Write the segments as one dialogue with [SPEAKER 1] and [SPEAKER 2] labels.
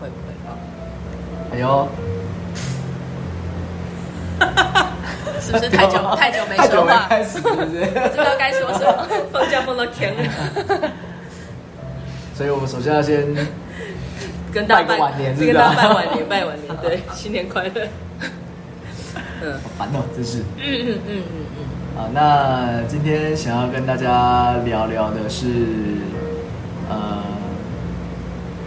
[SPEAKER 1] 哎
[SPEAKER 2] 是不是 太久太久没
[SPEAKER 1] 太久
[SPEAKER 2] 说
[SPEAKER 1] 没
[SPEAKER 2] 话，
[SPEAKER 1] 开始，是不是？
[SPEAKER 2] 不知道该说什么？
[SPEAKER 3] 放假放到天了，
[SPEAKER 1] 所以我们首先要先
[SPEAKER 3] 跟大家
[SPEAKER 1] 拜个晚年是不是
[SPEAKER 3] 跟大家拜晚年，拜晚年，对，新年快乐。嗯
[SPEAKER 1] 好烦哦，真是。
[SPEAKER 3] 嗯嗯嗯嗯嗯，
[SPEAKER 1] 啊，那今天想要跟大家聊聊的是，呃，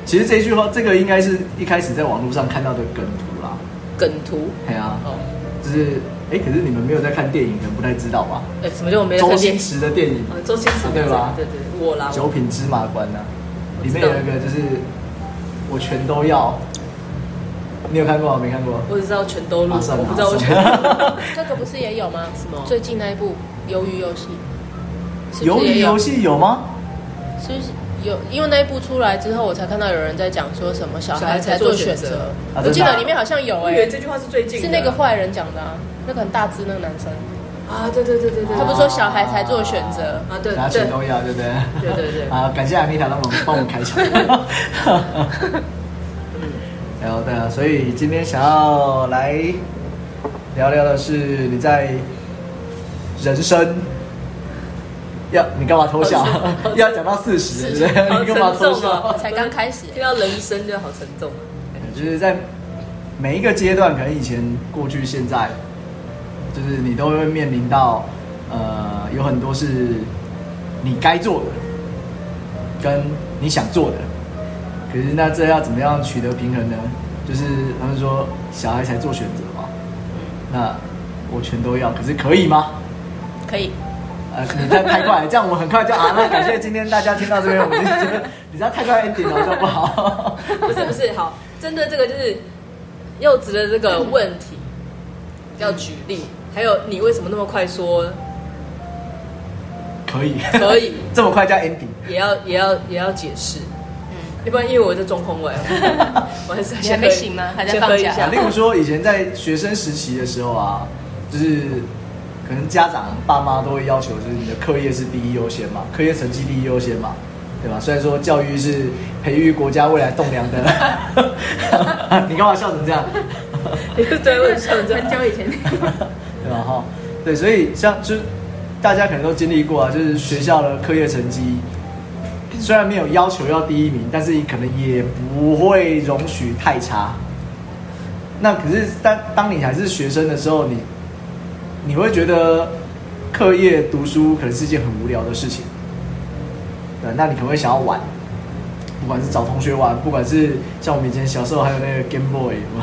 [SPEAKER 1] 其实这句话，这个应该是一开始在网络上看到的梗图啦。
[SPEAKER 3] 梗图
[SPEAKER 1] 对啊，
[SPEAKER 3] 哦，
[SPEAKER 1] 就是，哎，可是你们没有在看电影，可能不太知道吧？
[SPEAKER 3] 哎，什么叫我没有
[SPEAKER 1] 周
[SPEAKER 3] 看
[SPEAKER 1] 星
[SPEAKER 3] 电视？
[SPEAKER 1] 驰的电影
[SPEAKER 3] 哦，周星驰
[SPEAKER 1] 对吧
[SPEAKER 3] 对对，对我啦，
[SPEAKER 1] 《
[SPEAKER 3] 我
[SPEAKER 1] 九品芝麻官》呢，
[SPEAKER 3] 我
[SPEAKER 1] 里
[SPEAKER 3] 知道
[SPEAKER 1] 面有一个就是我全都要，你有看过吗？没看过？
[SPEAKER 3] 我只知道全都录，
[SPEAKER 1] 啊算了
[SPEAKER 3] 我不知道我全
[SPEAKER 1] 算了
[SPEAKER 3] 都录。
[SPEAKER 2] 这个不是也有吗？
[SPEAKER 3] 什么
[SPEAKER 2] 最近那一部《鱿鱼游戏》是不
[SPEAKER 1] 鱿
[SPEAKER 2] 是也
[SPEAKER 1] 鱼游
[SPEAKER 2] 有？
[SPEAKER 1] 戏有吗？
[SPEAKER 2] 是不是有？因为那一部出来之后，我才看到有人在讲说什么小
[SPEAKER 3] 小孩
[SPEAKER 2] 孩
[SPEAKER 3] 才
[SPEAKER 2] 才
[SPEAKER 3] 做
[SPEAKER 2] 做
[SPEAKER 3] 选
[SPEAKER 2] 选
[SPEAKER 3] 择
[SPEAKER 2] 择
[SPEAKER 1] 啊，
[SPEAKER 2] 我记
[SPEAKER 1] 真的啊
[SPEAKER 2] 得里面好像有
[SPEAKER 3] 我
[SPEAKER 2] 哎
[SPEAKER 3] 以、为这句话是最近的
[SPEAKER 2] 是那个坏人讲的啊，那个很大只那个男生，
[SPEAKER 3] 啊，对对对对对，
[SPEAKER 2] 他不是说小孩才做选择
[SPEAKER 3] 啊对
[SPEAKER 1] 然后全都要，对不对？
[SPEAKER 3] 对对 对
[SPEAKER 1] 啊，感谢阿米塔让我们帮我们开场。 然后对啊，所以今天想要来聊聊的是你在人生。要你干嘛偷笑
[SPEAKER 3] 好沉好？沉
[SPEAKER 1] 要讲到四十，对不对？
[SPEAKER 3] 好
[SPEAKER 1] 你干嘛偷
[SPEAKER 3] 沉重啊
[SPEAKER 1] 笑
[SPEAKER 3] 哦？
[SPEAKER 2] 啊才刚开始、
[SPEAKER 3] 听到人生就好沉重啊。
[SPEAKER 1] 就是在每一个阶段，可能以前、过去、现在，就是你都会面临到，呃，有很多是你该做的，跟你想做的。可是那这要怎么样取得平衡呢？就是他们说小孩才做选择嘛，那我全都要，可是可以吗？
[SPEAKER 2] 可 以。
[SPEAKER 1] 呃，你这样太快了，这样我们很快就啊，那感谢今天大家听到这边，我们就觉得你这样太快 ending 了，这不好。
[SPEAKER 3] 不是不是，好，针对这个就是柚子的这个问题，要举例，还有你为什么那么快 说
[SPEAKER 1] 可以，
[SPEAKER 3] 可以，
[SPEAKER 1] 这么快叫 ending。
[SPEAKER 3] 也要也要也要解释，要不然因为我在状况外，啊 我还是
[SPEAKER 2] 嗯你还没醒吗还在
[SPEAKER 3] 先喝一
[SPEAKER 2] 放假
[SPEAKER 3] 下
[SPEAKER 1] 啊，例如说以前在学生时期的时候啊，就是可能家长爸妈都会要求，就是你的课业是第一优先嘛，课业成绩第一优先嘛，对吧？虽然说教育是培育国家未来栋梁的， 你干嘛笑成这样？
[SPEAKER 3] 对，我很笑这
[SPEAKER 2] 很久以前，
[SPEAKER 1] 对吧？哈，对，所以像就是大家可能都经历过啊，就是学校的课业成绩虽然没有要求要第一名，但是可能也不会容许太差。那可是当当你还是学生的时候，你你会觉得课业读书可能是件很无聊的事情，对，那你可能会想要玩。不管是找同学玩，不管是像我们以前小时候还有那个 Game Boy，有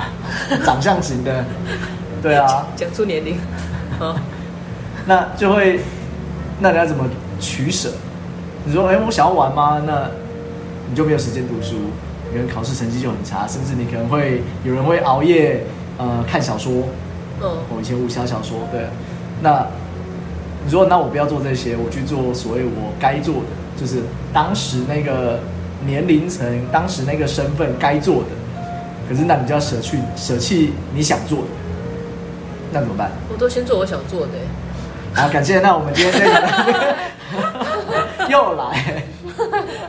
[SPEAKER 1] 没 有长相型的，对啊，
[SPEAKER 3] 讲出年龄，好，
[SPEAKER 1] 那就会，那你要怎么取舍？你说，哎、我想要玩吗？那你就没有时间读书，你可能考试成绩就很差，甚至你可能会有人会熬夜，呃，看小说，
[SPEAKER 3] 嗯，
[SPEAKER 1] 我以前武侠小说，对。那你说，那我不要做这些，我去做所谓我该做的，就是当时那个年龄层、当时那个身份该做的。可是，那你就要舍去舍弃你想做的，那怎么办？
[SPEAKER 3] 我都先做我想做的，
[SPEAKER 1] 好，感谢。那我们今 天这个又来，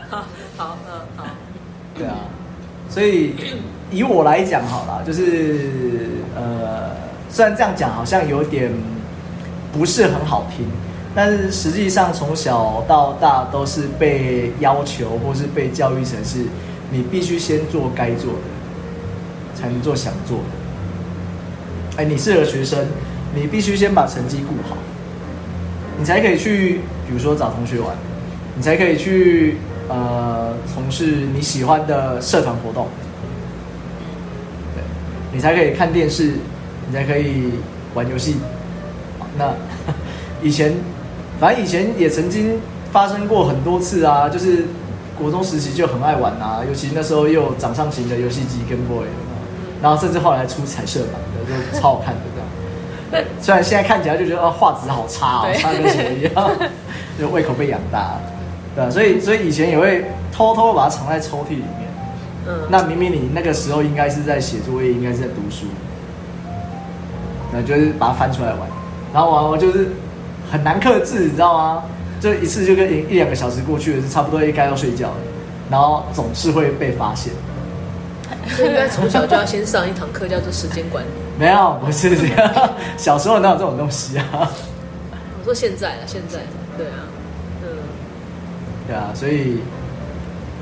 [SPEAKER 3] 好，好，嗯，好，
[SPEAKER 1] 对啊。所以以我来讲好了，就是呃，虽然这样讲好像有点不是很好听，但是实际上从小到大都是被要求或是被教育成是，你必须先做该做的，才能做想做的。哎，你是个学生，你必须先把成绩顾好。你才可以去，比如说找同学玩，你才可以去呃从事你喜欢的社团活动，对，你才可以看电视，你才可以玩游戏。好那 以前，反正以前也曾经发生过很多次啊，就是国中时期就很爱玩啊，尤其那时候又有掌上型的游戏机跟 boy，然后甚至后来出彩色版的，就超好看的这样。虽然现在看起来就觉得哦，画质好差哦，
[SPEAKER 2] 对
[SPEAKER 1] 差跟什么一样，就胃口被养大了，对啊所以所以以前也会偷偷把它藏在抽屉里面。
[SPEAKER 3] 嗯，
[SPEAKER 1] 那明明你那个时候应该是在写作业，应该是在读书，那就是把它翻出来玩，然后玩完就是很难克制，你知道吗？就一次就跟一一两个小时过去了，是差不多应该要睡觉了，然后总是会被发现。
[SPEAKER 3] 所以应该从小就要先上一堂课叫做时间管理，
[SPEAKER 1] 没有，不是这样。小时候哪有这种东西啊？
[SPEAKER 3] 我说现在啊，现在，对啊，嗯，
[SPEAKER 1] 对啊，所以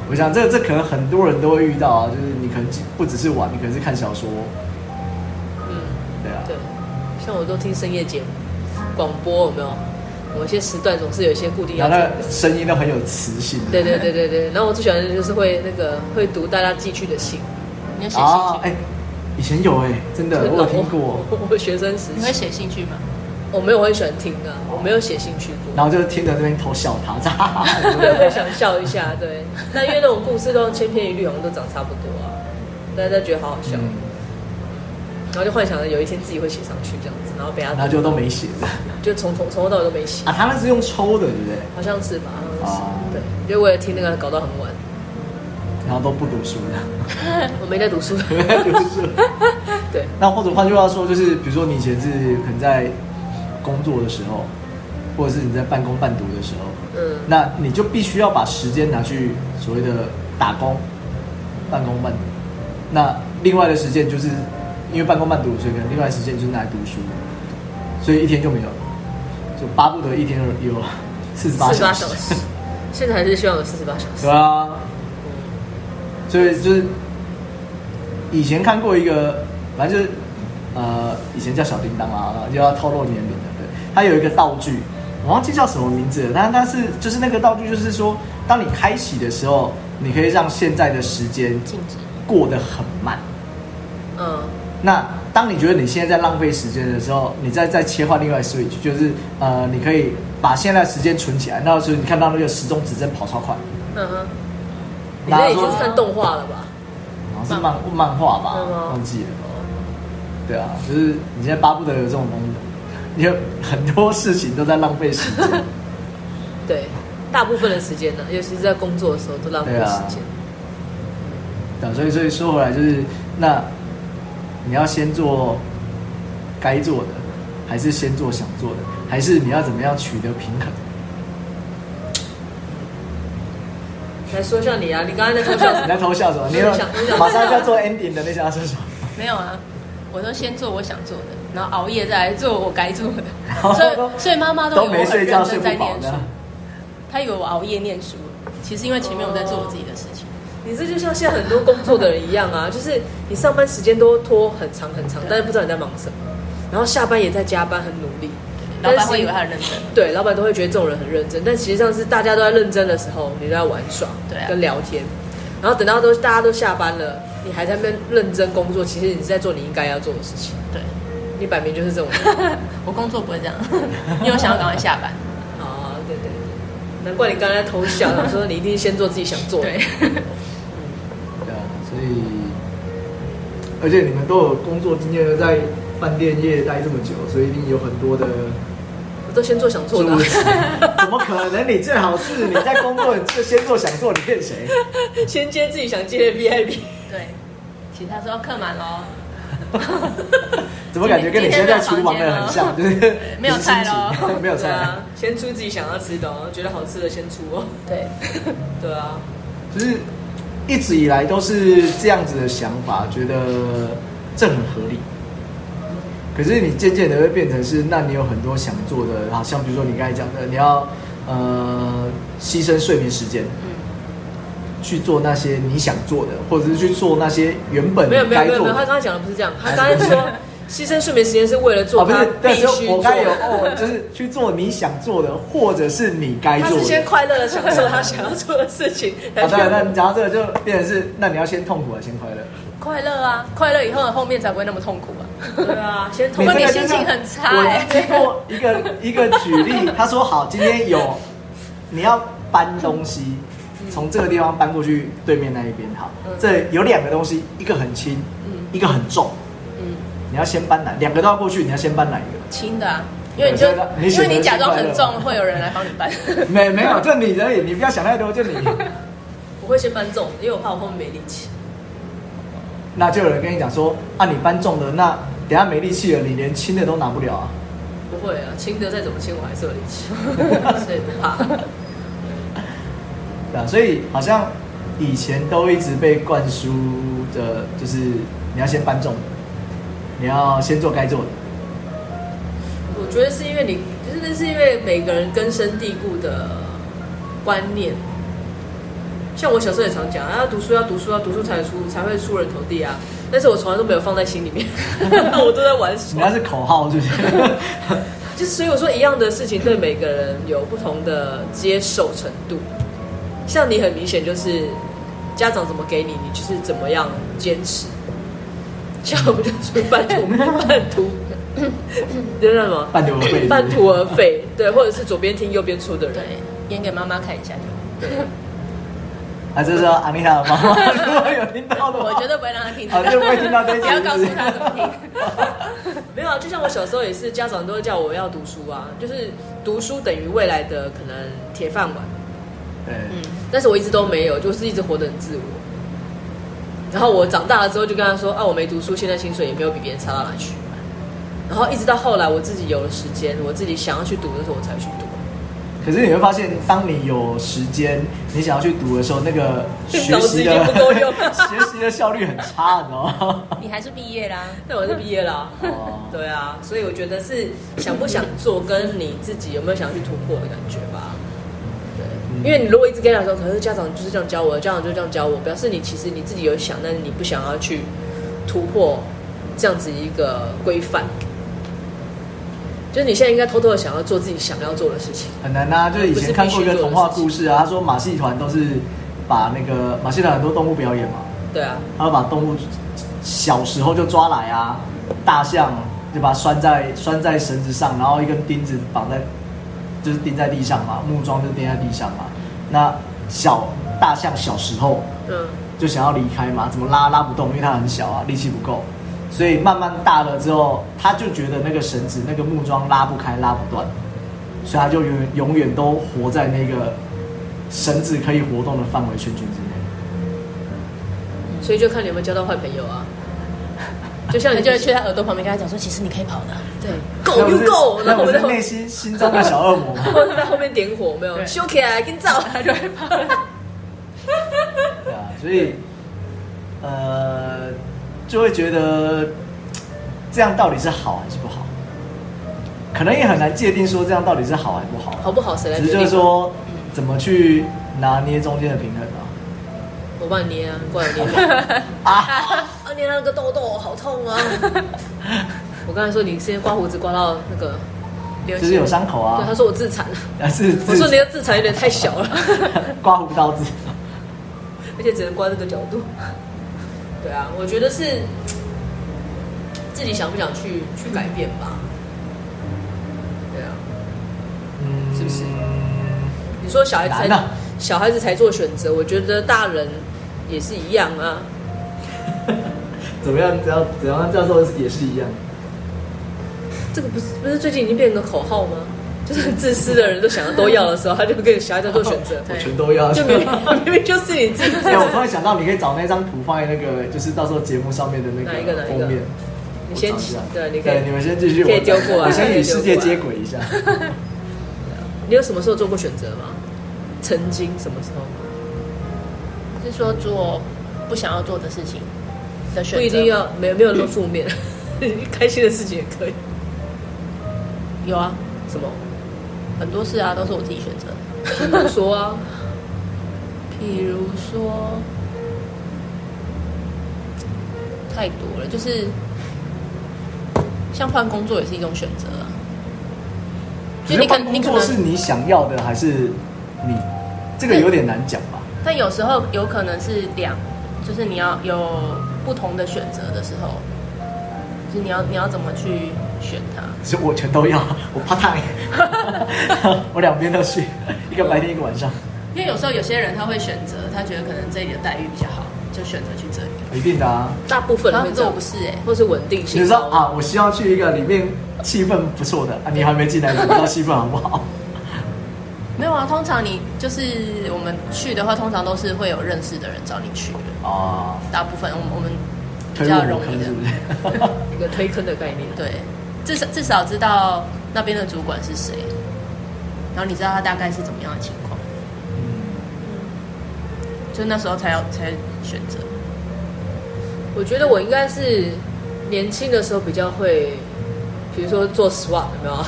[SPEAKER 1] 我想这这可能很多人都会遇到啊，就是你可能不只是玩，你可能是看小说，
[SPEAKER 3] 嗯，
[SPEAKER 1] 对啊，
[SPEAKER 3] 对，像我都听深夜节目、广播，有没有？某一些时段总是有一些固定要
[SPEAKER 1] 然
[SPEAKER 3] 听
[SPEAKER 1] 后那
[SPEAKER 3] 的
[SPEAKER 1] 个。声音都很有磁性。
[SPEAKER 3] 对对对对对，然后我最喜欢的就是会那个会读大家寄去的信，哦
[SPEAKER 2] 你要写
[SPEAKER 1] 啊，
[SPEAKER 2] 信
[SPEAKER 1] 哎、
[SPEAKER 2] 去？
[SPEAKER 1] 以前有哎、真的，
[SPEAKER 3] 就是
[SPEAKER 1] 我有听过，
[SPEAKER 3] 我我学生时
[SPEAKER 2] 你会
[SPEAKER 3] 期，
[SPEAKER 2] 写信去吗？
[SPEAKER 3] 我没有我很喜欢听啊，我没有写信去过，
[SPEAKER 1] 然后就听着那边偷笑 他，嗯哈哈哈
[SPEAKER 3] 对，会想笑一下， 对。但因为那种故事都千篇一律，好像都长差不多啊，大家都觉得好好笑，
[SPEAKER 1] 嗯
[SPEAKER 3] 然后就幻想着有一天自己会写上去这样子，然后被他
[SPEAKER 1] 然后就都没写的
[SPEAKER 3] 就从头从头到尾都没写，
[SPEAKER 1] 啊，他那是用抽的，对不对？
[SPEAKER 3] 好像是吧，好像是
[SPEAKER 1] 哦，
[SPEAKER 3] 对，因为为了听那个搞到很晚，
[SPEAKER 1] 然后都不读书的，
[SPEAKER 3] 我没在读书，
[SPEAKER 1] 读书。
[SPEAKER 3] 对，
[SPEAKER 1] 那或者换句话说，就是比如说你以前是可能在工作的时候，或者是你在半工半读的时候，
[SPEAKER 3] 嗯，
[SPEAKER 1] 那你就必须要把时间拿去所谓的打工、半工半读。那另外的时间就是因为半工半读，所以可能另外的时间就是拿来读书，所以一天就没有了，就巴不得一天有四十八
[SPEAKER 3] 四十
[SPEAKER 1] 小
[SPEAKER 3] 八小
[SPEAKER 1] 时
[SPEAKER 3] 时。，现在还是希望有四十八小时
[SPEAKER 1] 对，啊，所以就是以前看过一个，反正就是呃，以前叫小叮当啊，然后又要透露年龄了。对，它有一个道具，我忘记叫什么名字了，但但是就是那个道具，就是说，当你开启的时候，你可以让现在的时间
[SPEAKER 2] 禁止。
[SPEAKER 1] 过得很慢。
[SPEAKER 3] 嗯。
[SPEAKER 1] 那当你觉得你现在在浪费时间的时候，你再再切换另外 switch，就是呃，你可以把现在的时间存起来，那时候你看到那个时钟指针跑超快，
[SPEAKER 3] 嗯哼，你
[SPEAKER 1] 大
[SPEAKER 3] 那
[SPEAKER 1] 家
[SPEAKER 3] 已
[SPEAKER 1] 说
[SPEAKER 3] 经是看动画了吧？
[SPEAKER 1] 好像是漫漫画吧
[SPEAKER 3] 漫画，
[SPEAKER 1] 忘记了。对啊，就是你现在巴不得有这种东西，你有很多事情都在浪费时 间。
[SPEAKER 3] 对，大部分的时间呢，尤其是在工作的时候，都浪费
[SPEAKER 1] 对
[SPEAKER 3] 时
[SPEAKER 1] 啊
[SPEAKER 3] 间。
[SPEAKER 1] 对啊、所以所以说回来就是，那你要先做该做的，还是先做想做的，还是你要怎么样取得平 衡？
[SPEAKER 3] 来说一下你啊，你刚才在说 笑什
[SPEAKER 1] 你
[SPEAKER 3] 么？
[SPEAKER 1] 在偷笑什么？你有
[SPEAKER 3] 我想我想
[SPEAKER 1] 马上就要做 ending 的那想要说什么？。
[SPEAKER 2] 没有啊，我都先做我想做的，然后熬夜再来做我该做的 所以所以妈妈都
[SPEAKER 1] 都
[SPEAKER 2] 以为
[SPEAKER 1] 没
[SPEAKER 2] 我很
[SPEAKER 1] 睡觉
[SPEAKER 2] 认
[SPEAKER 1] 睡不
[SPEAKER 2] 真在
[SPEAKER 1] 饱
[SPEAKER 2] 念书
[SPEAKER 1] 的，，啊
[SPEAKER 2] 她以为我熬夜念书，其实因为前面我在做我自己的事情。
[SPEAKER 3] 你这就像现在很多工作的人一样啊，就是你上班时间都拖很长很长，
[SPEAKER 2] 对
[SPEAKER 3] 但是不知道你在忙什么，然后下班也在加班，很努力。
[SPEAKER 2] 老
[SPEAKER 3] 但
[SPEAKER 2] 板
[SPEAKER 3] 是
[SPEAKER 2] 会以为她很认真，
[SPEAKER 3] 对，老板都会觉得这种人很认真，但实际上是大家都在认真的时候，你都在玩耍，
[SPEAKER 2] 对啊
[SPEAKER 3] 跟聊天，然后等到都大家都下班了，你还在那边认真工作，其实你是在做你应该要做的事情，
[SPEAKER 2] 对
[SPEAKER 3] 你摆明就是这种 人。
[SPEAKER 2] 我工作不会这样，因为我想要赶快下班。
[SPEAKER 3] 哦，对对对，难怪你刚才偷笑，我说你一定先做自己想做的。
[SPEAKER 2] 对，
[SPEAKER 1] 对啊，所以而且你们都有工作经验了，在饭店业待这么久，所以一定有很多的
[SPEAKER 3] 我都先做想做
[SPEAKER 1] 诸
[SPEAKER 3] 的
[SPEAKER 1] 如
[SPEAKER 3] 啊、
[SPEAKER 1] 此类。 怎么可能？你最好是你在工作，你就先做想 做，你骗谁？
[SPEAKER 3] 先接自己想接的 VIP。
[SPEAKER 2] 对，其他说客满喽，
[SPEAKER 1] 怎么感觉跟你现在厨房的很像？就是
[SPEAKER 2] 对没有菜咯
[SPEAKER 1] 就是心情 没有
[SPEAKER 3] 对
[SPEAKER 1] 菜啊，
[SPEAKER 3] 啊， 先出自己想要吃的、哦，觉得好吃的先出哦。
[SPEAKER 2] 对，
[SPEAKER 3] 对啊，
[SPEAKER 1] 就是一直以来都是这样子的想法，觉得这很合理。可是你渐渐的会变成是，那你有很多想做的，好像比如说你刚才讲的，你要呃牺牲睡眠时间
[SPEAKER 2] 嗯，
[SPEAKER 1] 去做那些你想做的，或者是去做那些原本
[SPEAKER 3] 没有
[SPEAKER 1] 嗯
[SPEAKER 3] 没有
[SPEAKER 1] 该
[SPEAKER 3] 没有
[SPEAKER 1] 做
[SPEAKER 3] 没有，他
[SPEAKER 1] 的
[SPEAKER 3] 刚。才讲的不是这样，他刚才说牺牲睡眠时间是为了做
[SPEAKER 1] 哦，不
[SPEAKER 3] 他
[SPEAKER 1] 是，对，
[SPEAKER 3] 必
[SPEAKER 1] 就
[SPEAKER 3] 须
[SPEAKER 1] 我
[SPEAKER 3] 做
[SPEAKER 1] 刚才有
[SPEAKER 3] 的。
[SPEAKER 1] 哦，就是去做你想做的，或者是你该
[SPEAKER 3] 他
[SPEAKER 1] 做
[SPEAKER 3] 是先
[SPEAKER 1] 的。
[SPEAKER 3] 快乐的享受他想要做的事 情，
[SPEAKER 1] 啊， 对，那
[SPEAKER 3] 才
[SPEAKER 1] 你
[SPEAKER 3] 去
[SPEAKER 1] 讲到这个就变成是，那你要先痛苦还是先快乐？
[SPEAKER 2] 快乐啊，快乐以后后面才不会那么痛苦啊。
[SPEAKER 3] 对啊，先通
[SPEAKER 2] 不
[SPEAKER 3] 过
[SPEAKER 2] 过
[SPEAKER 1] 这个就是
[SPEAKER 3] 你
[SPEAKER 2] 你心情很差欸
[SPEAKER 1] 我听过一个一个举例，他说好，今天有你要搬东西，从这个地方搬过去对面那一边，好
[SPEAKER 3] 嗯，
[SPEAKER 1] 这有两个东西，一个很轻，一个很重，
[SPEAKER 3] 嗯，
[SPEAKER 1] 你要先搬哪？两个都要过去，你要先搬哪一个？
[SPEAKER 2] 轻的啊，因为你就
[SPEAKER 1] 对那你
[SPEAKER 2] 因
[SPEAKER 1] 选
[SPEAKER 2] 为
[SPEAKER 1] 择
[SPEAKER 2] 你假装
[SPEAKER 1] 是
[SPEAKER 2] 很
[SPEAKER 1] 快乐吗
[SPEAKER 2] 重，会有人来帮你搬。
[SPEAKER 1] 没没有，就你而已，你不要想太多，就 你。
[SPEAKER 3] 我会先搬重，因为我怕我后面没力气。
[SPEAKER 1] 那就有人跟你讲说，啊，你搬重的，那等下没力气了，你连轻的都拿不了啊。
[SPEAKER 3] 不会啊，轻的再怎么轻，我还是有力 气，所以不怕。
[SPEAKER 1] 对啊，所以好像以前都一直被灌输的，就是你要先搬重的，你要先做该做的。
[SPEAKER 3] 我觉得是因为你，就是那是因为每个人根深蒂固的观念。像我小时候也常讲啊，读书要读书要读书才能出才会出人头地啊，但是我从来都没有放在心里面， 我都在玩
[SPEAKER 1] 你
[SPEAKER 3] 耍
[SPEAKER 1] 那。是口号，是不 是？
[SPEAKER 3] 就是所以我说一样的事情对每个人有不同的接受程度。像你很明显就是家长怎么给你，你就是怎么样坚持。像我们就是半途半 途，就是那什么
[SPEAKER 1] 半途而废
[SPEAKER 3] 半途而 废，对，或者是左边听右边出的人。
[SPEAKER 2] 对，演给妈妈看一下就。
[SPEAKER 1] 啊，这是阿丽塔的妈妈，如果有听到的话，
[SPEAKER 2] 我绝对不会让她听到
[SPEAKER 1] 啊，，就不会听到这一
[SPEAKER 2] 不
[SPEAKER 1] 集。
[SPEAKER 2] 要告诉她怎么听。
[SPEAKER 3] 没有啊，就像我小时候也是，家长都会叫我要读书啊，就是读书等于未来的可能铁饭碗。
[SPEAKER 1] 对，
[SPEAKER 2] 嗯，
[SPEAKER 3] 但是我一直都没有，就是一直活得很自我。然后我长大了之后就跟他说啊，我没读书，现在薪水也没有比别人差到哪去。然后一直到后来我自己有了时间，我自己想要去读的时候，我才去读。
[SPEAKER 1] 可是你会发现，当你有时间，你想要去读的时候，那个学习的
[SPEAKER 3] 脑子已经不够用
[SPEAKER 1] 学习的效率很差，你知道吗？
[SPEAKER 2] 你还是毕业啦。
[SPEAKER 3] 但我是毕业了啊、
[SPEAKER 1] 哦
[SPEAKER 3] 对啊，所以我觉得是想不想做，跟你自己有没有想要去突破的感觉吧。
[SPEAKER 1] 嗯
[SPEAKER 3] 对，因为你如果一直跟他说，可是家长就是这样教我，家长就这样教我，表示你其实你自己有想，但是你不想要去突破这样子一个规范。就是你现在应该偷偷的想要做自己想要做的事情，
[SPEAKER 1] 很难呐、就是以前看过一个童话故事啊，他说马戏团都是把那个马戏团很多动物表演嘛，
[SPEAKER 3] 对啊，
[SPEAKER 1] 他会把动物小时候就抓来啊，大象就把它拴在拴在绳子上，然后一根钉子绑在，就是钉在地上嘛，木桩就钉在地上嘛。那小大象小时候
[SPEAKER 3] 嗯，
[SPEAKER 1] 就想要离开嘛，怎么拉拉不动，因为它很小啊，力气不够，所以慢慢大了之后，他就觉得那个绳子、那个木桩拉不开、拉不断，所以他就永远永远都活在那个绳子可以活动的范围圈圈之内。
[SPEAKER 3] 所以就看你有没有交到坏朋友啊。就像
[SPEAKER 2] 那
[SPEAKER 3] 你
[SPEAKER 2] 就会去她耳朵旁边跟她讲说，其实你可以跑的。
[SPEAKER 3] 对，Go you go，
[SPEAKER 1] 那
[SPEAKER 3] 然后
[SPEAKER 1] 不是
[SPEAKER 3] 我
[SPEAKER 1] 那
[SPEAKER 3] 在
[SPEAKER 1] 不
[SPEAKER 3] 后
[SPEAKER 1] 是内心心中的小恶魔 吗？
[SPEAKER 3] 我在后面点火，没有
[SPEAKER 2] 对
[SPEAKER 3] 修起来，跟照，他就会跑。
[SPEAKER 1] 对啊，所以呃，就会觉得这样到底是好还是不好？可能也很难界定说这样到底是好还不好啊。
[SPEAKER 3] 好不好？谁来
[SPEAKER 1] 只
[SPEAKER 3] 决
[SPEAKER 1] 是
[SPEAKER 3] 定？嗯
[SPEAKER 1] 就是说怎么去拿捏中间的平衡啊。
[SPEAKER 3] 我帮你捏啊，过 来捏吧。
[SPEAKER 1] 啊，
[SPEAKER 3] 啊，捏到那个痘痘，好痛啊！ 我刚才说你先刮胡子刮到那个流血，
[SPEAKER 1] 就是有伤口
[SPEAKER 3] 对，他
[SPEAKER 1] 啊，
[SPEAKER 3] 说我自残了。
[SPEAKER 1] 但是
[SPEAKER 3] 我说你的自残有点太小 了，
[SPEAKER 1] 刮胡刀 子，
[SPEAKER 3] 而且只能刮这个角度。对啊，我觉得是自己想不想去去改变吧。对啊，
[SPEAKER 1] 嗯，
[SPEAKER 3] 是不是？你说小孩子
[SPEAKER 1] 难
[SPEAKER 3] 才
[SPEAKER 1] 啊
[SPEAKER 3] 小孩子才做选择，我觉得大人也是一样啊。
[SPEAKER 1] 怎么样？只要怎样，教授也是一样。，
[SPEAKER 3] 这个不是不是最近已经变成个口号吗？ 就是很自私的人都想要都要的时候，他就跟小孩在做选择
[SPEAKER 1] 我全都要。
[SPEAKER 3] 就明明明明就是你自己自
[SPEAKER 1] 哎，我突
[SPEAKER 3] 私。
[SPEAKER 1] 然想到，你可以找那张图放在那个，就是到时候节目上面的那
[SPEAKER 3] 哪一个哪一个
[SPEAKER 1] 封面。
[SPEAKER 3] 你先
[SPEAKER 1] 我找一下
[SPEAKER 3] 对你可以
[SPEAKER 1] 对，你们先继续，
[SPEAKER 3] 可
[SPEAKER 1] 我
[SPEAKER 3] 以丢过来
[SPEAKER 1] 我先与世界
[SPEAKER 3] 可以
[SPEAKER 1] 接
[SPEAKER 3] 丢过
[SPEAKER 1] 轨 一下。
[SPEAKER 3] 你有什么时候做过选择吗？曾经什么时候？
[SPEAKER 2] 是说做不想要做的事情的选择，
[SPEAKER 3] 不一定要没有没有那么负面， 开心的事情也可以。
[SPEAKER 2] 有啊，
[SPEAKER 3] 什 么？
[SPEAKER 2] 很多事啊都是我自己选择的。
[SPEAKER 3] 比如说啊，
[SPEAKER 2] 比如说，太多了，就是像换工作也是一种选择啊。就你可
[SPEAKER 1] 换
[SPEAKER 2] 你
[SPEAKER 1] 工
[SPEAKER 2] 可
[SPEAKER 1] 作是
[SPEAKER 2] 能，
[SPEAKER 1] 你想要的，还是你这个有点难讲吧？
[SPEAKER 2] 但有时候有可能是两，就是你要有不同的选择的时候，就是你要你要怎么去选它。
[SPEAKER 1] 所以我全都要，我怕烫， 我两边都去，一个白天一个晚上，
[SPEAKER 2] 因为有时候有些人他会选择，他觉得可能这里的待遇比较好，就选择去这里。
[SPEAKER 1] 一定的啊。
[SPEAKER 3] 大部分人
[SPEAKER 2] 然后
[SPEAKER 3] 会这
[SPEAKER 2] 可是我
[SPEAKER 3] 样
[SPEAKER 2] 不，是哎、
[SPEAKER 3] 或是稳哦定性
[SPEAKER 1] 你
[SPEAKER 3] 高。
[SPEAKER 1] 说啊，我希望去一个里面气氛不错的啊，你还没进来，你不知道气氛好不
[SPEAKER 3] 哦
[SPEAKER 1] 好？
[SPEAKER 2] 没有啊。通常你就是我们去的话，通常都是会有认识的人找你去的。
[SPEAKER 1] 啊，
[SPEAKER 2] 大部分我们我们比
[SPEAKER 1] 推
[SPEAKER 2] 较
[SPEAKER 1] 入
[SPEAKER 2] 容
[SPEAKER 1] 火
[SPEAKER 2] 易
[SPEAKER 1] 坑
[SPEAKER 2] 的
[SPEAKER 1] 是，不是？
[SPEAKER 3] 一个推坑的概念。
[SPEAKER 2] 对，至少至少知道那边的主管是谁，然后你知道他大概是怎么样的情况，就那时候才要才选择。
[SPEAKER 3] 我觉得我应该是年轻的时候比较会，比如说做 SWOT 有没有？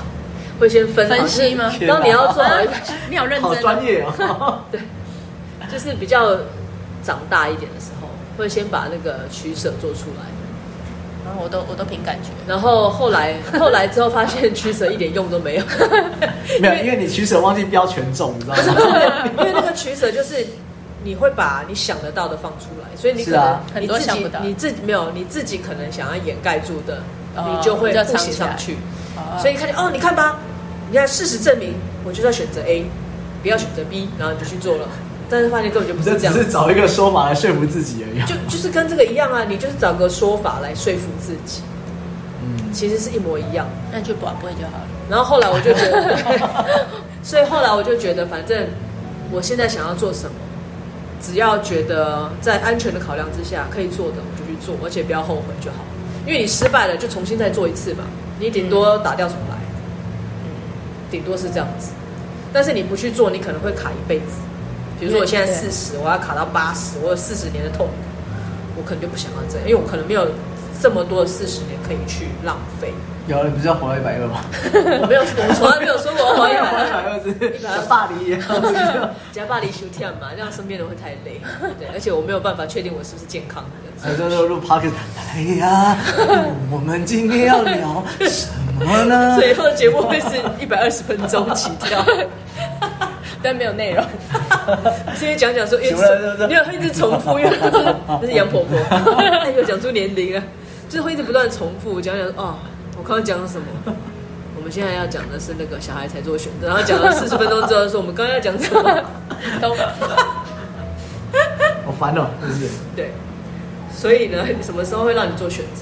[SPEAKER 3] 会先分
[SPEAKER 2] 分析吗啊
[SPEAKER 3] 就是当你要做好一，
[SPEAKER 2] 你好认真、
[SPEAKER 1] 好
[SPEAKER 2] 哦，
[SPEAKER 1] 专业 哦。
[SPEAKER 3] 就是比较长大一点的时候，会先把那个取舍做出来。
[SPEAKER 2] 然后我都我都凭感觉，
[SPEAKER 3] 然后后来 后来之后发现取舍一点用都没有，
[SPEAKER 1] 没有，因为你取舍忘记标权重，你知道吗？
[SPEAKER 3] 因为那个取舍就是你会把你想得到的放出来，所以你可
[SPEAKER 1] 是
[SPEAKER 3] 能
[SPEAKER 1] 啊
[SPEAKER 3] 你自己、
[SPEAKER 2] 很多想不到
[SPEAKER 3] 你自己没有你自己可能想要掩盖住的，
[SPEAKER 2] 哦
[SPEAKER 3] 你就会
[SPEAKER 2] 比较
[SPEAKER 3] 不
[SPEAKER 2] 藏
[SPEAKER 3] 写
[SPEAKER 2] 起来
[SPEAKER 3] 上去。所
[SPEAKER 2] 所
[SPEAKER 3] 以
[SPEAKER 2] 以
[SPEAKER 3] 看见哦，你看吧，你看事实证明，我就是要选择 A，不要选择 B，然后你就去做了，但是发现根本就不
[SPEAKER 1] 你
[SPEAKER 3] 是
[SPEAKER 1] 这
[SPEAKER 3] 这
[SPEAKER 1] 只
[SPEAKER 3] 样，
[SPEAKER 1] 是找一个说法来说服自己而已。
[SPEAKER 3] 就就是跟这个一样啊，你就是找个说法来说服自己，
[SPEAKER 1] 嗯，
[SPEAKER 3] 其实是一模一样。
[SPEAKER 2] 那你去保不会就好了。
[SPEAKER 3] 然后后来我就觉得， 所以后来我就觉得，反正我现在想要做什么，只要觉得在安全的考量之下可以做的，我就去做，而且不要后悔就好。因为你失败了，就重新再做一次嘛，你顶多打掉重来，顶多是这样子。但是你不去做，你可能会卡一辈子。比如说我现在
[SPEAKER 2] 对
[SPEAKER 3] 四十，我要卡到八十，我有四十年的痛苦，我可能就不想要这样，因为我可能没有这么多的四十年可以去浪费。
[SPEAKER 1] 有人不是要活到一百二 吗？
[SPEAKER 3] 我没有，我 从来没有说过我要一百
[SPEAKER 1] 一
[SPEAKER 3] 万。
[SPEAKER 1] 百二是 像巴黎一样，
[SPEAKER 3] 加巴黎休天嘛，这样身边人会太累。对，而且我没有办法确定我是不是健康
[SPEAKER 1] 在
[SPEAKER 3] 的。
[SPEAKER 1] 这录 podcast，哎呀，我们今天要聊什么呢？
[SPEAKER 3] 所以以后的节目会是一百二十分钟起 跳，但没有内容，今天讲讲说，因
[SPEAKER 1] 行了行了
[SPEAKER 3] 为没有会一直重复，因为这是这是杨婆婆，哎又讲出年龄了，就是会一直不断地重复讲讲哦，我刚刚讲了什么？我们现在要讲的是那个小孩才做选择，然后讲了四十分钟之后说我们刚刚要讲什 么，都
[SPEAKER 1] 好烦哦，是不是？
[SPEAKER 3] 对，所以呢， 什么时候会让你做选择？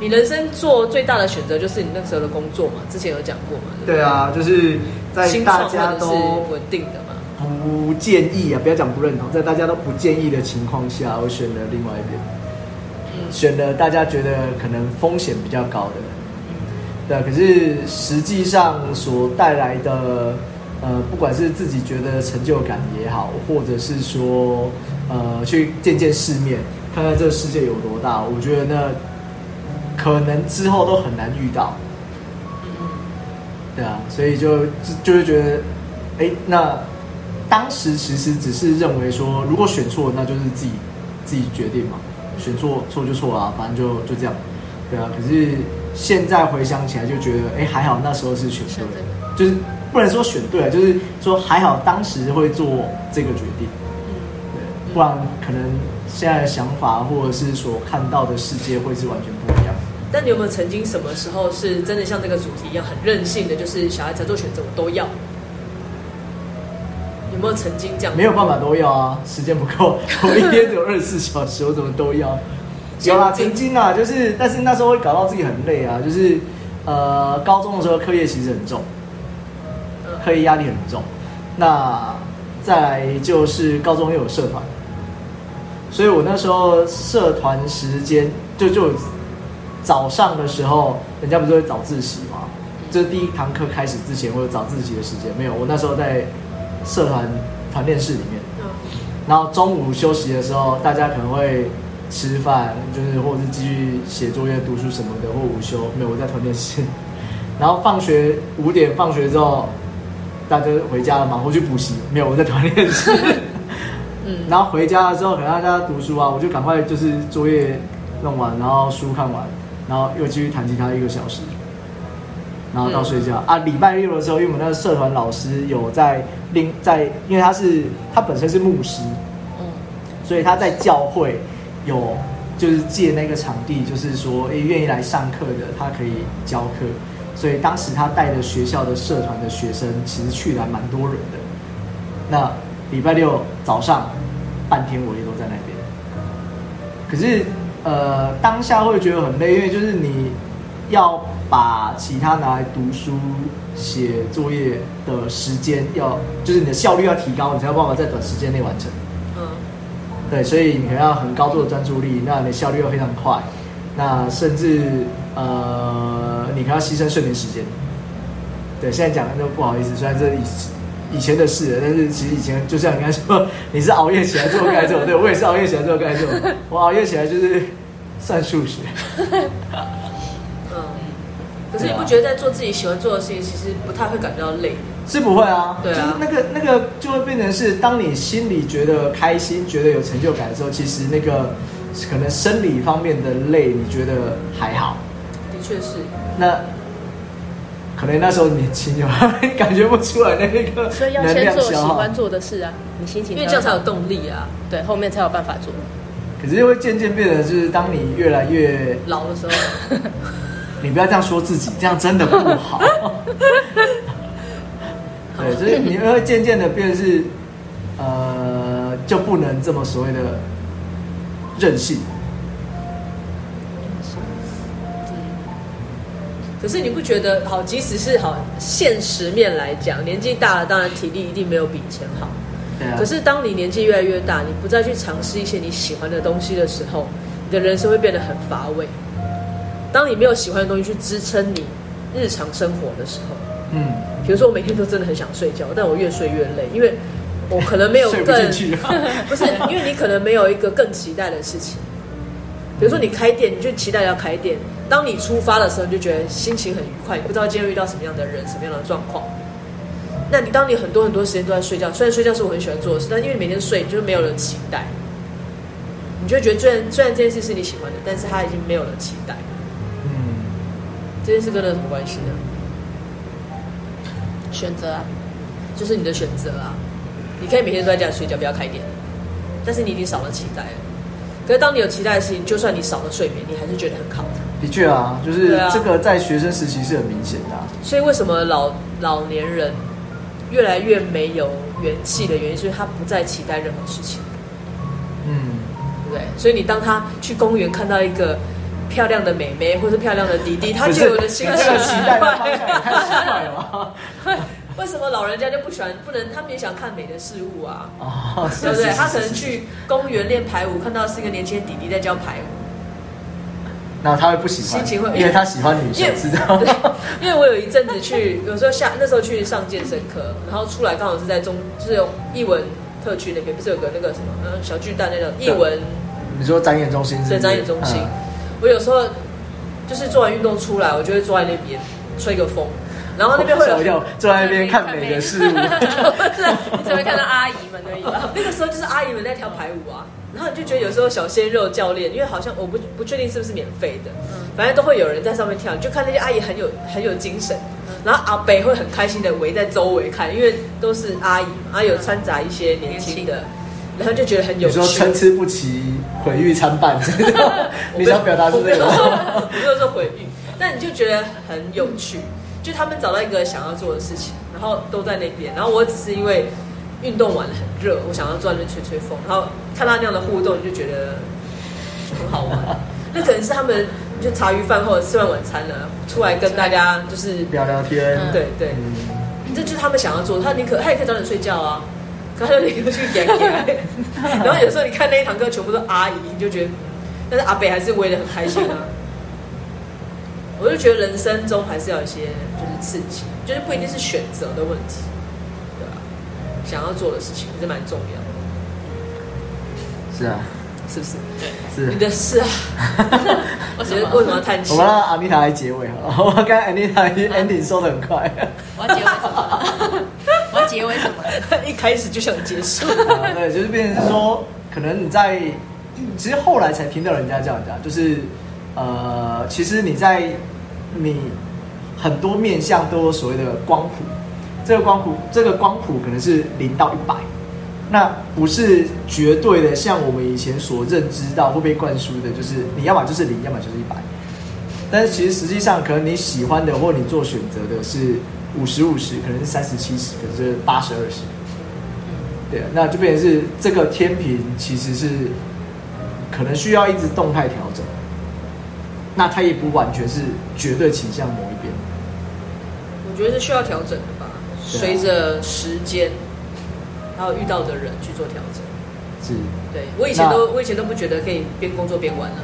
[SPEAKER 3] 你人生做最大的选择就是你那时候的工作嘛，之前有讲过嘛，对不对
[SPEAKER 1] 对啊，就是在
[SPEAKER 3] 新
[SPEAKER 1] 大
[SPEAKER 3] 创
[SPEAKER 1] 家
[SPEAKER 3] 或者是
[SPEAKER 1] 都
[SPEAKER 3] 稳定的嘛，
[SPEAKER 1] 不建议啊，不要讲不认同，在大家都不建议的情况下，我选了另外一边，选了大家觉得可能风险比较高的，对啊，可是实际上所带来的，呃，不管是自己觉得成就感也好，或者是说，呃，去见见世面，看看这个世界有多大，我觉得呢，可能之后都很难遇到。对啊，所以就就就会觉得，哎，那当时其实只是认为说，如果选错，那就是自己自己决定嘛，选错错就错啊，反正就就这样，对啊。可是现在回想起来，就觉得，哎，还好那时候是选对
[SPEAKER 2] 选
[SPEAKER 1] 了，就是不能说选对了，就是说还好当时会做这个决定，对，不然可能现在的想法或者是所看到的世界会是完全不一样。
[SPEAKER 3] 但你有没有曾经什么时候是真的像这个主题一样很任性的，就是小孩才做选择，我都要？有没有曾经这样？
[SPEAKER 1] 没有办法都要啊，时间不够，我一天只有二十四小时，我怎么都要？有啦，曾经啊，就是，但是那时候会搞到自己很累啊，就是，呃，高中的时候课业其实很重，课业压力很重。那再来就是高中又有社团，所以我那时候社团时间就就有早上的时候，人家不是会早自习吗？就是第一堂课开始之前，我有早自习的时间没有？我那时候在社团团练室里面，
[SPEAKER 3] 嗯
[SPEAKER 1] 然后中午休息的时候，大家可能会吃饭，就是或者是继续写作业、读书什么的，或午休。没有，我在团练室。 然后放学五点放学之后，大家回家了嘛，或去补习。没有，我在团练室。
[SPEAKER 3] 嗯，
[SPEAKER 1] 然后回家的时候，可能大家读书啊，我就赶快就是作业弄完，然后书看完，然后又继续弹吉他一个小时，然后到睡觉、啊。礼拜六的时候，因为我们那个社团老师有在另在，因为他是他本身是牧师，
[SPEAKER 2] 嗯，
[SPEAKER 1] 所以他在教会有就是借那个场地，就是说，诶，愿意来上课的，他可以教课。所以当时他带的学校的社团的学生，其实去的还蛮多人的。那礼拜六早上半天我也都在那边，可是呃当下会觉得很累，因为就是你要把其他拿来读书、写作业的时间要，就是你的效率要提高，你才有办法在短时间内完成。
[SPEAKER 3] 嗯，
[SPEAKER 1] 对，所以你可能要很高度的专注力，那你的效率要非常快，那甚至呃，你可能要牺牲睡眠时间。对，现在讲的就不好意思，虽然这是以以前的事了，但是其实以前就像你刚 才说，你是熬夜起来做该做，对我也是熬夜起来做该做，我熬夜起来就是算数学，
[SPEAKER 3] 嗯，啊可是你不觉得在做自己喜欢做的事情，其实不太会感觉到累？
[SPEAKER 1] 是不会啊，
[SPEAKER 3] 对啊
[SPEAKER 1] 就是那个那个就会变成是，当你心里觉得开心、觉得有成就感的时候，其实那个可能生理方面的累，你觉得还好，
[SPEAKER 3] 的确是，
[SPEAKER 1] 那可能那时候年轻有感觉不出来那个
[SPEAKER 2] 所以要
[SPEAKER 1] 能
[SPEAKER 2] 先
[SPEAKER 1] 量
[SPEAKER 2] 做喜
[SPEAKER 1] 消耗
[SPEAKER 2] 欢，做的事啊，你心情
[SPEAKER 3] 因为这样才有
[SPEAKER 2] 有
[SPEAKER 3] 动力啊。
[SPEAKER 2] 对，后面才有办法做。
[SPEAKER 1] 可是会渐渐变得就是，当你越来越，
[SPEAKER 3] 老的时候，
[SPEAKER 1] 你不要这样说自己，这样真的不好。对，就是你会渐渐的变得是，呃，就不能这么所谓的任性。
[SPEAKER 3] 可是你不觉得好？即使是好，现实面来讲，年纪大了，当然体力一定没有比以前好。
[SPEAKER 1] 对啊，
[SPEAKER 3] 可是当你年纪越来越大，你不再去尝试一些你喜欢的东西的时候，你的人生会变得很乏味。当你没有喜欢的东西去支撑你日常生活的时候，
[SPEAKER 1] 嗯，
[SPEAKER 3] 比如说我每天都真的很想睡觉，但我越睡越累，因为我可能没有
[SPEAKER 1] 睡
[SPEAKER 3] 更
[SPEAKER 1] 不进去
[SPEAKER 3] 不是因为你可能没有一个更期待的事情。比如说你开店，你就期待要开店。当你出发的时候，你就觉得心情很愉快，你不知道今天遇到什么样的人，什么样的状况。那你当你很多很多时间都在睡觉，虽然睡觉是我很喜欢做的事，但因为每天睡，你就是没有人期待，你就会觉得虽然虽然这件事是你喜欢的，但是它已经没有人期待。
[SPEAKER 1] 嗯，
[SPEAKER 3] 这件事跟那有什么关系呢？
[SPEAKER 2] 选择啊，
[SPEAKER 3] 就是你的选择啊。你可以每天都在家里睡觉，不要开店，但是你已经少了期待了。可是当你有期待的事情，就算你少了睡眠，你还是觉得很好。
[SPEAKER 1] 的确啊，就是
[SPEAKER 3] 对啊
[SPEAKER 1] 这个在学生时期是很明显的啊、
[SPEAKER 3] 所以为什么老老年人越来越没有元气的原因，就是他不再期待任何事情，
[SPEAKER 1] 嗯，
[SPEAKER 3] 对不对？所以你当他去公园看到一个漂亮的妹妹或是漂亮的弟弟，他
[SPEAKER 1] 不
[SPEAKER 3] 就有
[SPEAKER 1] 是
[SPEAKER 3] 了新
[SPEAKER 1] 你
[SPEAKER 3] 的
[SPEAKER 1] 这个
[SPEAKER 3] 奇
[SPEAKER 1] 期待的方向也太奇怪了吧？
[SPEAKER 3] 为什么老人家就不喜欢不能？他们也想看美的事物啊。
[SPEAKER 1] 哦，是
[SPEAKER 3] 对不对？
[SPEAKER 1] 是是
[SPEAKER 3] 他可能
[SPEAKER 1] 是
[SPEAKER 3] 去公园练排舞，看到是一个年轻的弟弟在教排舞，
[SPEAKER 1] 然后他会不喜欢，
[SPEAKER 3] 心情会
[SPEAKER 1] 因为他喜欢女
[SPEAKER 3] 因
[SPEAKER 1] 生，
[SPEAKER 3] 为
[SPEAKER 1] 是这样吗？
[SPEAKER 3] 对，因为我有一阵子去，有时候下那时候去上健身课，然后出来刚好是在中，就是有艺文特区那边，不是有个那个什么，嗯，小巨蛋那种艺文
[SPEAKER 1] 你说展演中心是不
[SPEAKER 3] 对
[SPEAKER 1] 是？
[SPEAKER 3] 展演中心
[SPEAKER 1] 嗯。
[SPEAKER 3] 我有时候就是做完运动出来，我就会坐在那边吹个风，然后那边会
[SPEAKER 1] 吓我一
[SPEAKER 3] 有
[SPEAKER 1] 跳，坐在那边看美的事物。
[SPEAKER 2] 你只会看到阿姨们而已吧。
[SPEAKER 3] 那个时候就是阿姨们在跳排舞啊，然后你就觉得有时候小鲜肉教练，因为好像我不不确定是不是免费的，反正都会有人在上面跳，你就看那些阿姨很有很有精神，然后阿北会很开心的围在周围看，因为都是阿姨嘛，啊有掺杂一些年轻的，然后就觉得很有
[SPEAKER 1] 你
[SPEAKER 3] 趣
[SPEAKER 1] 说。参差不齐，毁誉参 半，是这样吗
[SPEAKER 3] 我
[SPEAKER 1] 你
[SPEAKER 3] 没有
[SPEAKER 1] 想表达是
[SPEAKER 3] 我没
[SPEAKER 1] 这
[SPEAKER 3] 有
[SPEAKER 1] 个
[SPEAKER 3] 说
[SPEAKER 1] 吗？
[SPEAKER 3] 我没有说毁誉，但你就觉得很有趣，就他们找到一个想要做的事情，然后都在那边，然后我只是因为运动完很热，我想要坐在那边吹吹风，然后看他那样的互动，你就觉得很好 玩。那可能是他们就茶余饭后吃完晚餐了，出来跟大家就是
[SPEAKER 1] 聊聊天，
[SPEAKER 2] 嗯
[SPEAKER 3] 对对，
[SPEAKER 1] 嗯，
[SPEAKER 3] 这就是他们想要做的。他宁可他也可以早点睡觉啊，可他就宁可去演演。 然后有时候你看那一堂课全部都阿姨，你就觉得，但是阿北还是围得很开心啊。我就觉得人生中还是要有一些就是刺激，就是不一定是选择的问题，对吧？想要做的事情还是蛮重要的，
[SPEAKER 1] 是啊，
[SPEAKER 3] 是不是？
[SPEAKER 1] 是
[SPEAKER 3] 你。的事 啊，我觉得为什么要叹气
[SPEAKER 1] 我？们让阿妮塔来结尾好了，我刚才 Anita ending 说的很快，
[SPEAKER 2] 我要结尾什么了？我要结尾什么了？
[SPEAKER 3] 一开始就想结束，
[SPEAKER 1] 啊 对，就是变成是说，可能你在，其实后来才听到人家这样讲，就是呃，其实你在你很多面向都有所谓的光谱，这个光谱，这个光谱可能是零到一百，那不是绝对的，像我们以前所认知到会被灌输的，就是你要么就是零，要么就是一百。但是其实实际上，可能你喜欢的或你做选择的是五十五十，可能是三十七十，可能是八十二十。对啊，那就变成是这个天平其实是可能需要一直动态调整，那它也不完全是绝对倾向某一边。
[SPEAKER 3] 我觉得是需要调整的吧，
[SPEAKER 1] 对啊
[SPEAKER 3] 随着时间，还有遇到的人去做调整。
[SPEAKER 1] 是，
[SPEAKER 3] 对我以前
[SPEAKER 1] 那
[SPEAKER 3] 都我以前都不觉得可以边工作边玩了，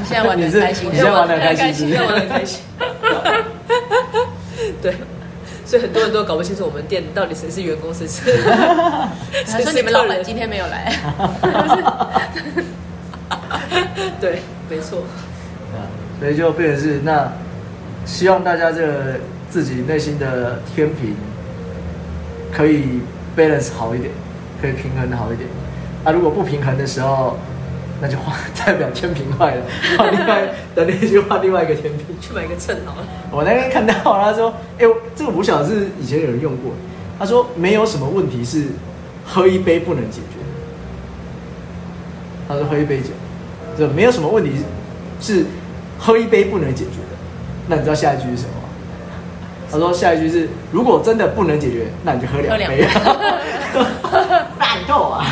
[SPEAKER 2] 你现在玩的
[SPEAKER 1] 你是
[SPEAKER 2] 开心，
[SPEAKER 1] 你现在玩得很开心是不
[SPEAKER 3] 现
[SPEAKER 1] 是
[SPEAKER 3] 在玩的开心。 对，所以很多人都搞不清楚我们店到底谁是员工，谁是
[SPEAKER 2] 还
[SPEAKER 3] 谁
[SPEAKER 2] 说
[SPEAKER 3] 是
[SPEAKER 2] 你们老板
[SPEAKER 3] 客人
[SPEAKER 2] 今天没有来，
[SPEAKER 3] 对，没错，
[SPEAKER 1] 啊，所以就变成是那，希望大家这个自己内心的天平可以 balance 好一点，可以平衡好一点。啊，如果不平衡的时候，那就换 代表天平坏了，换另外等你去换另外一个天平。
[SPEAKER 3] 去买个秤 好了。
[SPEAKER 1] 我那天看到他说，哎、我这个五小是以前有人用过，他说没有什么问题是喝一杯不能解决。他说喝一杯酒，就没有什么问题是喝一杯不能解决的。那你知道下一句是什么吗？他说下一句是如果真的不能解决，那你就喝两杯
[SPEAKER 2] 喝。
[SPEAKER 1] 烂透啊！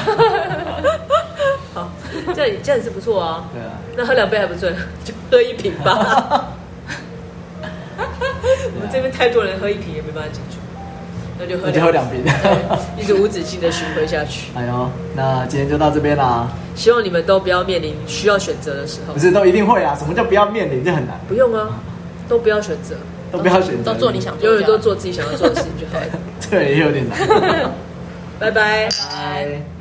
[SPEAKER 3] 好，这样这样也是不错啊。
[SPEAKER 1] 对啊，
[SPEAKER 3] 那喝两杯还不醉，就喝一瓶 吧。我们这边太多人喝一瓶也没办法解决，那就喝
[SPEAKER 1] 那就喝两瓶。
[SPEAKER 3] 一直无止境的循环下去。
[SPEAKER 1] 哎呦，那今天就到这边啦。
[SPEAKER 3] 希望你们都不要面临需要选择的时候
[SPEAKER 1] 不。是都一定会啊？什么叫不要面临？这很难，
[SPEAKER 3] 不用啊，都不要选 择，
[SPEAKER 1] 都不要选择。
[SPEAKER 2] 都做你想
[SPEAKER 3] 永远 都做自己想要做的事情就好了。
[SPEAKER 1] 这也有点难。
[SPEAKER 3] 拜拜。
[SPEAKER 1] 拜。